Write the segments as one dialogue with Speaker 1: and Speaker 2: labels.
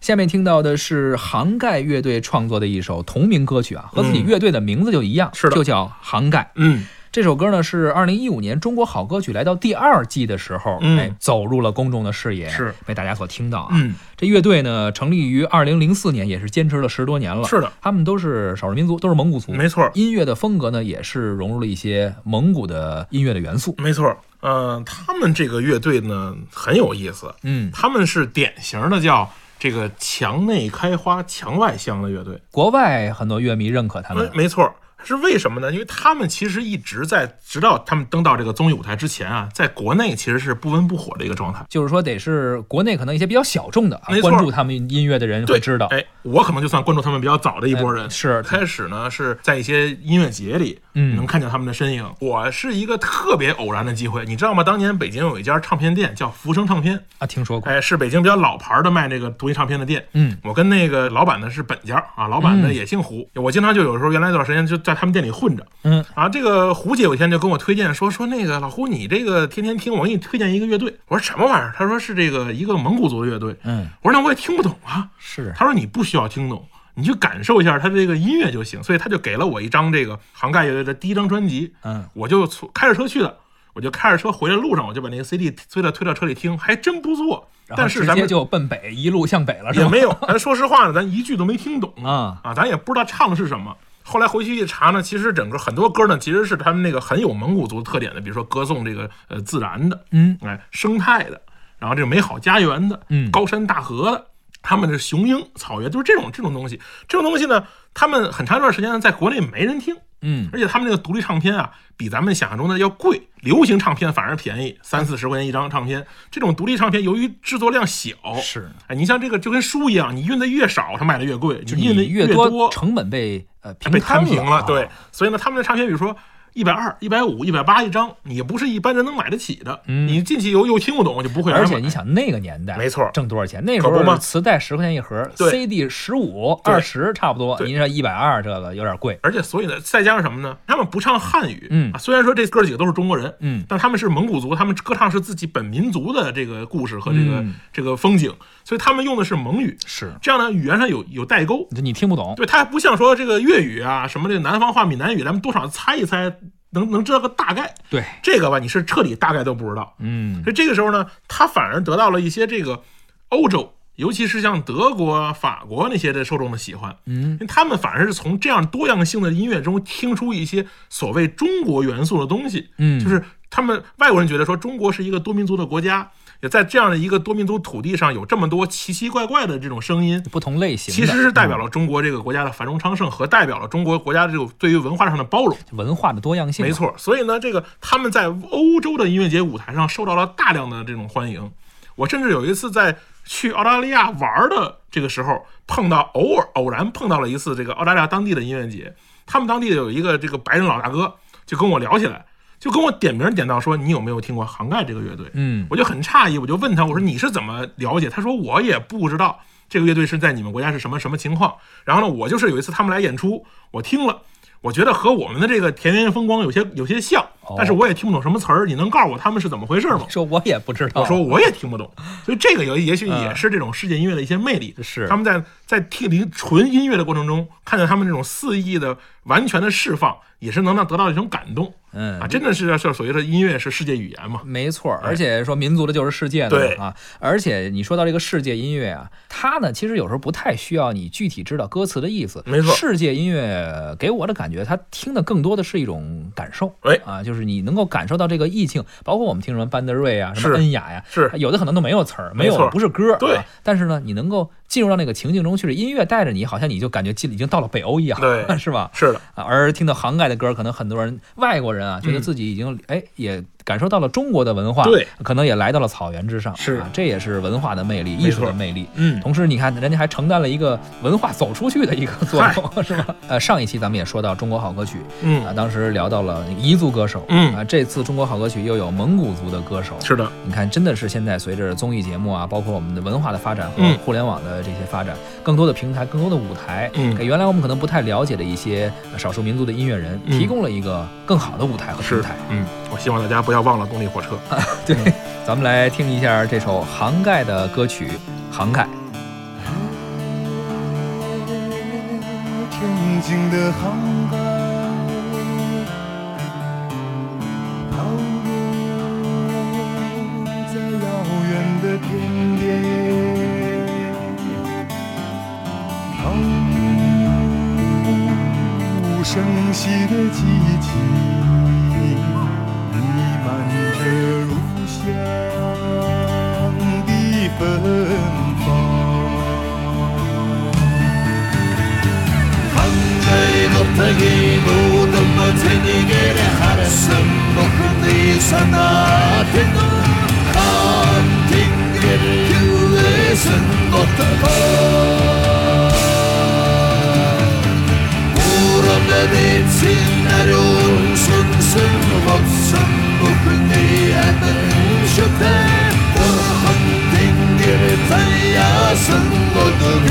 Speaker 1: 下面听到的是杭盖乐队创作的一首同名歌曲啊，和自己
Speaker 2: 嗯
Speaker 1: 乐队的名字就一样，
Speaker 2: 是的
Speaker 1: 就叫杭盖。
Speaker 2: 嗯，
Speaker 1: 这首歌呢是二零一五年《中国好歌曲》来到第二季的时候，
Speaker 2: 嗯
Speaker 1: 哎，走入了公众的视野，
Speaker 2: 是
Speaker 1: 被大家所听到啊。
Speaker 2: 嗯，
Speaker 1: 这乐队呢成立于二零零四年，也是坚持了十多年了。
Speaker 2: 是的，
Speaker 1: 他们都是少数民族，都是蒙古族，
Speaker 2: 没错，
Speaker 1: 音乐的风格呢也是融入了一些蒙古的音乐的元素。
Speaker 2: 没错。呃，他们这个乐队呢很有意思，
Speaker 1: 嗯，
Speaker 2: 他们是典型的叫这个墙内开花墙外香的乐队。
Speaker 1: 国外很多乐迷认可他
Speaker 2: 没
Speaker 1: 们。
Speaker 2: 没错，是为什么呢？因为他们其实一直在，直到他们登到这个综艺舞台之前啊，在国内其实是不温不火的一个状态。
Speaker 1: 就是说，得是国内可能一些比较小众的、啊
Speaker 2: 没错
Speaker 1: 关注他们音乐的人会
Speaker 2: 对，
Speaker 1: 知道。
Speaker 2: 哎，我可能就算关注他们比较早的一波人。
Speaker 1: 哎是
Speaker 2: 开始呢是在一些音乐节里，
Speaker 1: 嗯
Speaker 2: 能看见他们的身影。我是一个特别偶然的机会，你知道吗？当年北京有一家唱片店叫福生唱片，
Speaker 1: 啊，听说过。
Speaker 2: 哎，是北京比较老牌的卖这个独立唱片的店。
Speaker 1: 嗯，
Speaker 2: 我跟那个老板呢是本家啊，老板呢也姓胡。我经常就有时候原来有段时间就在他们店里混着。
Speaker 1: 嗯，
Speaker 2: 啊，这个胡姐有一天就跟我推荐说说那个老胡，你这个天天听我给你推荐一个乐队。我说什么玩意儿？他说是这个一个蒙古族的乐队。
Speaker 1: 嗯，
Speaker 2: 我说那我也听不懂啊。
Speaker 1: 是。
Speaker 2: 他说你不需要听懂，你去感受一下他这个音乐就行。所以他就给了我一张这个杭盖乐队的第一张专辑，
Speaker 1: 嗯，
Speaker 2: 我就从开着车去的，我就开着车回来路上，我就把那个 CD 推到推到车里听，还真不错。
Speaker 1: 然后
Speaker 2: 但是
Speaker 1: 直
Speaker 2: 咱
Speaker 1: 接
Speaker 2: 们
Speaker 1: 就奔北，一路向北了，是
Speaker 2: 也
Speaker 1: 吧？
Speaker 2: 没有，咱说实话呢，咱一句都没听懂
Speaker 1: 啊
Speaker 2: 啊，咱也不知道唱的是什么。后来回去一查呢，其实整个很多歌呢，其实是他们那个很有蒙古族特点的，比如说歌颂这个呃自然的，
Speaker 1: 嗯，
Speaker 2: 哎，生态的，然后这个美好家园的，
Speaker 1: 嗯
Speaker 2: 高山大河的，他们的雄鹰、草原，就是这种这种东西。这种东西呢，他们很长一段时间在国内没人听，
Speaker 1: 嗯，
Speaker 2: 而且他们那个独立唱片啊，比咱们想象中的要贵，流行唱片反而便宜，三四十块钱一张唱片。这种独立唱片由于制作量小，
Speaker 1: 是。
Speaker 2: 哎，你像这个就跟书一样，你运的越少，它卖的越贵；
Speaker 1: 就
Speaker 2: 运的
Speaker 1: 你越
Speaker 2: 多，哎
Speaker 1: 成本被呃平
Speaker 2: 被
Speaker 1: 摊
Speaker 2: 摊平
Speaker 1: 了
Speaker 2: 了。
Speaker 1: 啊，
Speaker 2: 对，所以呢，他们的唱片，比如说一百二、一百五、一百八一张，你不是一般人能买得起的。
Speaker 1: 嗯
Speaker 2: 你进去以后又听不懂，就不会有人
Speaker 1: 而
Speaker 2: 买。
Speaker 1: 且你想那个年代，
Speaker 2: 没错
Speaker 1: 挣多少钱？那时
Speaker 2: 可不
Speaker 1: 候
Speaker 2: 嘛
Speaker 1: 磁带十块钱一盒
Speaker 2: 对
Speaker 1: ，CD 十五、
Speaker 2: 对
Speaker 1: 二十差不多。
Speaker 2: 对
Speaker 1: 您说一百二这个有点贵，
Speaker 2: 而且所以呢，再加上什么呢？他们不唱汉语，
Speaker 1: 嗯
Speaker 2: 啊，虽然说这哥几个都是中国人，
Speaker 1: 嗯
Speaker 2: 但他们是蒙古族，他们歌唱是自己本民族的这个故事和这个、
Speaker 1: 嗯
Speaker 2: 这个风景，所以他们用的是蒙语，
Speaker 1: 是，
Speaker 2: 这样呢，语言上有有代沟，
Speaker 1: 就你听不懂。
Speaker 2: 对，它还不像说这个粤语啊，什么这个南方话、闽南语，咱们多少猜一猜，能能知道个大概，
Speaker 1: 对，
Speaker 2: 这个吧，你是彻底大概都不知道，
Speaker 1: 嗯
Speaker 2: 所以这个时候呢，他反而得到了一些这个欧洲，尤其是像德国啊、法国那些的受众的喜欢，
Speaker 1: 嗯
Speaker 2: 因为他们反而是从这样多样性的音乐中听出一些所谓中国元素的东西，
Speaker 1: 嗯，
Speaker 2: 就是他们外国人觉得说中国是一个多民族的国家，也在这样的一个多民族土地上有这么多奇奇怪怪的这种声音。
Speaker 1: 不同类型的，
Speaker 2: 其实是代
Speaker 1: 嗯
Speaker 2: 表了中国这个国家的繁荣昌盛和代表了中国国家这种对于文化上的包容。
Speaker 1: 文化的多样性。
Speaker 2: 没，错，所以呢，这个他们在欧洲的音乐节舞台上受到了大量的这种欢迎。我甚至有一次在去澳大利亚玩的这个时候，碰到偶尔偶然碰到了一次这个澳大利亚当地的音乐节，他们当地有一个这个白人老大哥就跟我聊起来，就跟我点名点到说你有没有听过杭盖这个乐队？
Speaker 1: 嗯
Speaker 2: 我就很诧异，我就问他，我说你是怎么了解？他说我也不知道这个乐队是在你们国家是什么什么情况。然后呢，我就是有一次他们来演出，我听了，我觉得和我们的这个田园风光有些有些像
Speaker 1: 哦，
Speaker 2: 但是我也听不懂什么词儿。你能告诉我他们是怎么回事吗？
Speaker 1: 说我也不知道。
Speaker 2: 我说我也听不懂，所以这个也也许
Speaker 1: 啊嗯
Speaker 2: 也是这种世界音乐的一些魅力。
Speaker 1: 是
Speaker 2: 他们在在听听纯音乐的过程中，看到他们这种肆意的完全的释放，也是能让得到一种感动
Speaker 1: 嗯
Speaker 2: 啊！真的是是所谓的音乐是世界语言嘛？
Speaker 1: 没错儿，而且说民族的就是世界的
Speaker 2: 哎对
Speaker 1: 嘛啊，而且你说到这个世界音乐啊，它呢其实有时候不太需要你具体知道歌词的意思，
Speaker 2: 没错
Speaker 1: 世界音乐给我的感觉，它听的更多的是一种感受，
Speaker 2: 哎
Speaker 1: 啊，就是你能够感受到这个意境，包括我们听什么班德瑞啊，什么
Speaker 2: 是
Speaker 1: 恩雅呀、
Speaker 2: 是
Speaker 1: 有的可能都没有词儿，没
Speaker 2: 没
Speaker 1: 有
Speaker 2: 错
Speaker 1: 不是歌，
Speaker 2: 对
Speaker 1: 啊，但是呢，你能够进入到那个情境中去，音乐带着你，好像你就感觉进已经到了北欧一样，
Speaker 2: 对
Speaker 1: 是吧？
Speaker 2: 是的，
Speaker 1: 啊，而听到杭盖的歌，可能很多人外国人啊，觉得
Speaker 2: 嗯
Speaker 1: 自己已经哎也感受到了中国的文化，
Speaker 2: 对，
Speaker 1: 可能也来到了草原之上，
Speaker 2: 是
Speaker 1: 啊，这也是文化的魅力，艺
Speaker 2: 没
Speaker 1: 术的
Speaker 2: 错
Speaker 1: 魅力。
Speaker 2: 嗯。
Speaker 1: 同时，你看人家还承担了一个文化走出去的一个作用，是吧？呃，上一期咱们也说到中国好歌曲啊，
Speaker 2: 嗯，
Speaker 1: 当时聊到了彝族歌手，
Speaker 2: 嗯
Speaker 1: 啊，这次中国好歌曲又有蒙古族的歌手，
Speaker 2: 是的，
Speaker 1: 你看，真的是现在随着综艺节目啊，包括我们的文化的发展和
Speaker 2: 嗯
Speaker 1: 互联网的这些发展，更多的平台、更多的舞台，
Speaker 2: 嗯
Speaker 1: 给原来我们可能不太了解的一些呃少数民族的音乐人
Speaker 2: 嗯
Speaker 1: 提供了一个更好的舞台和平台。
Speaker 2: 嗯，我希望大家不要忘了动力火车。
Speaker 1: 对，咱们来听一下这首杭盖的歌曲《杭盖》。
Speaker 3: 杭风景的航班，飘落在遥远的天边，悄无声息的季节，弥漫着如香的芬芳。
Speaker 4: 한자리 곱하기 모든 것 제니게를 하랬음 목금리 산나ทิ้ง 한ทิ้ง길 기회선 못하고 우러내 비친 나른 순순 없음 목금리 아들 슈테 한ทิ้ง길 달려선 못하고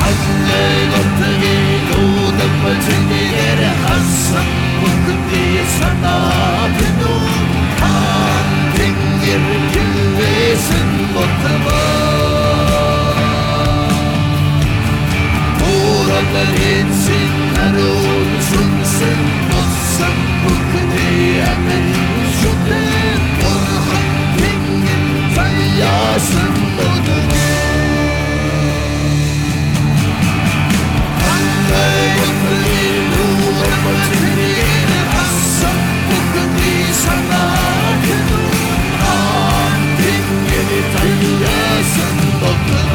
Speaker 4: 한글 곱하기 모든 걸 즐기게를 한상 묶은 뒤에 산나비도 한빙기를 기회선 못하고 불어날 인생 나로운 순생 못상 묶은 뒤에 안은 슈트 오늘 한빙길 달려선 모두 Yeah.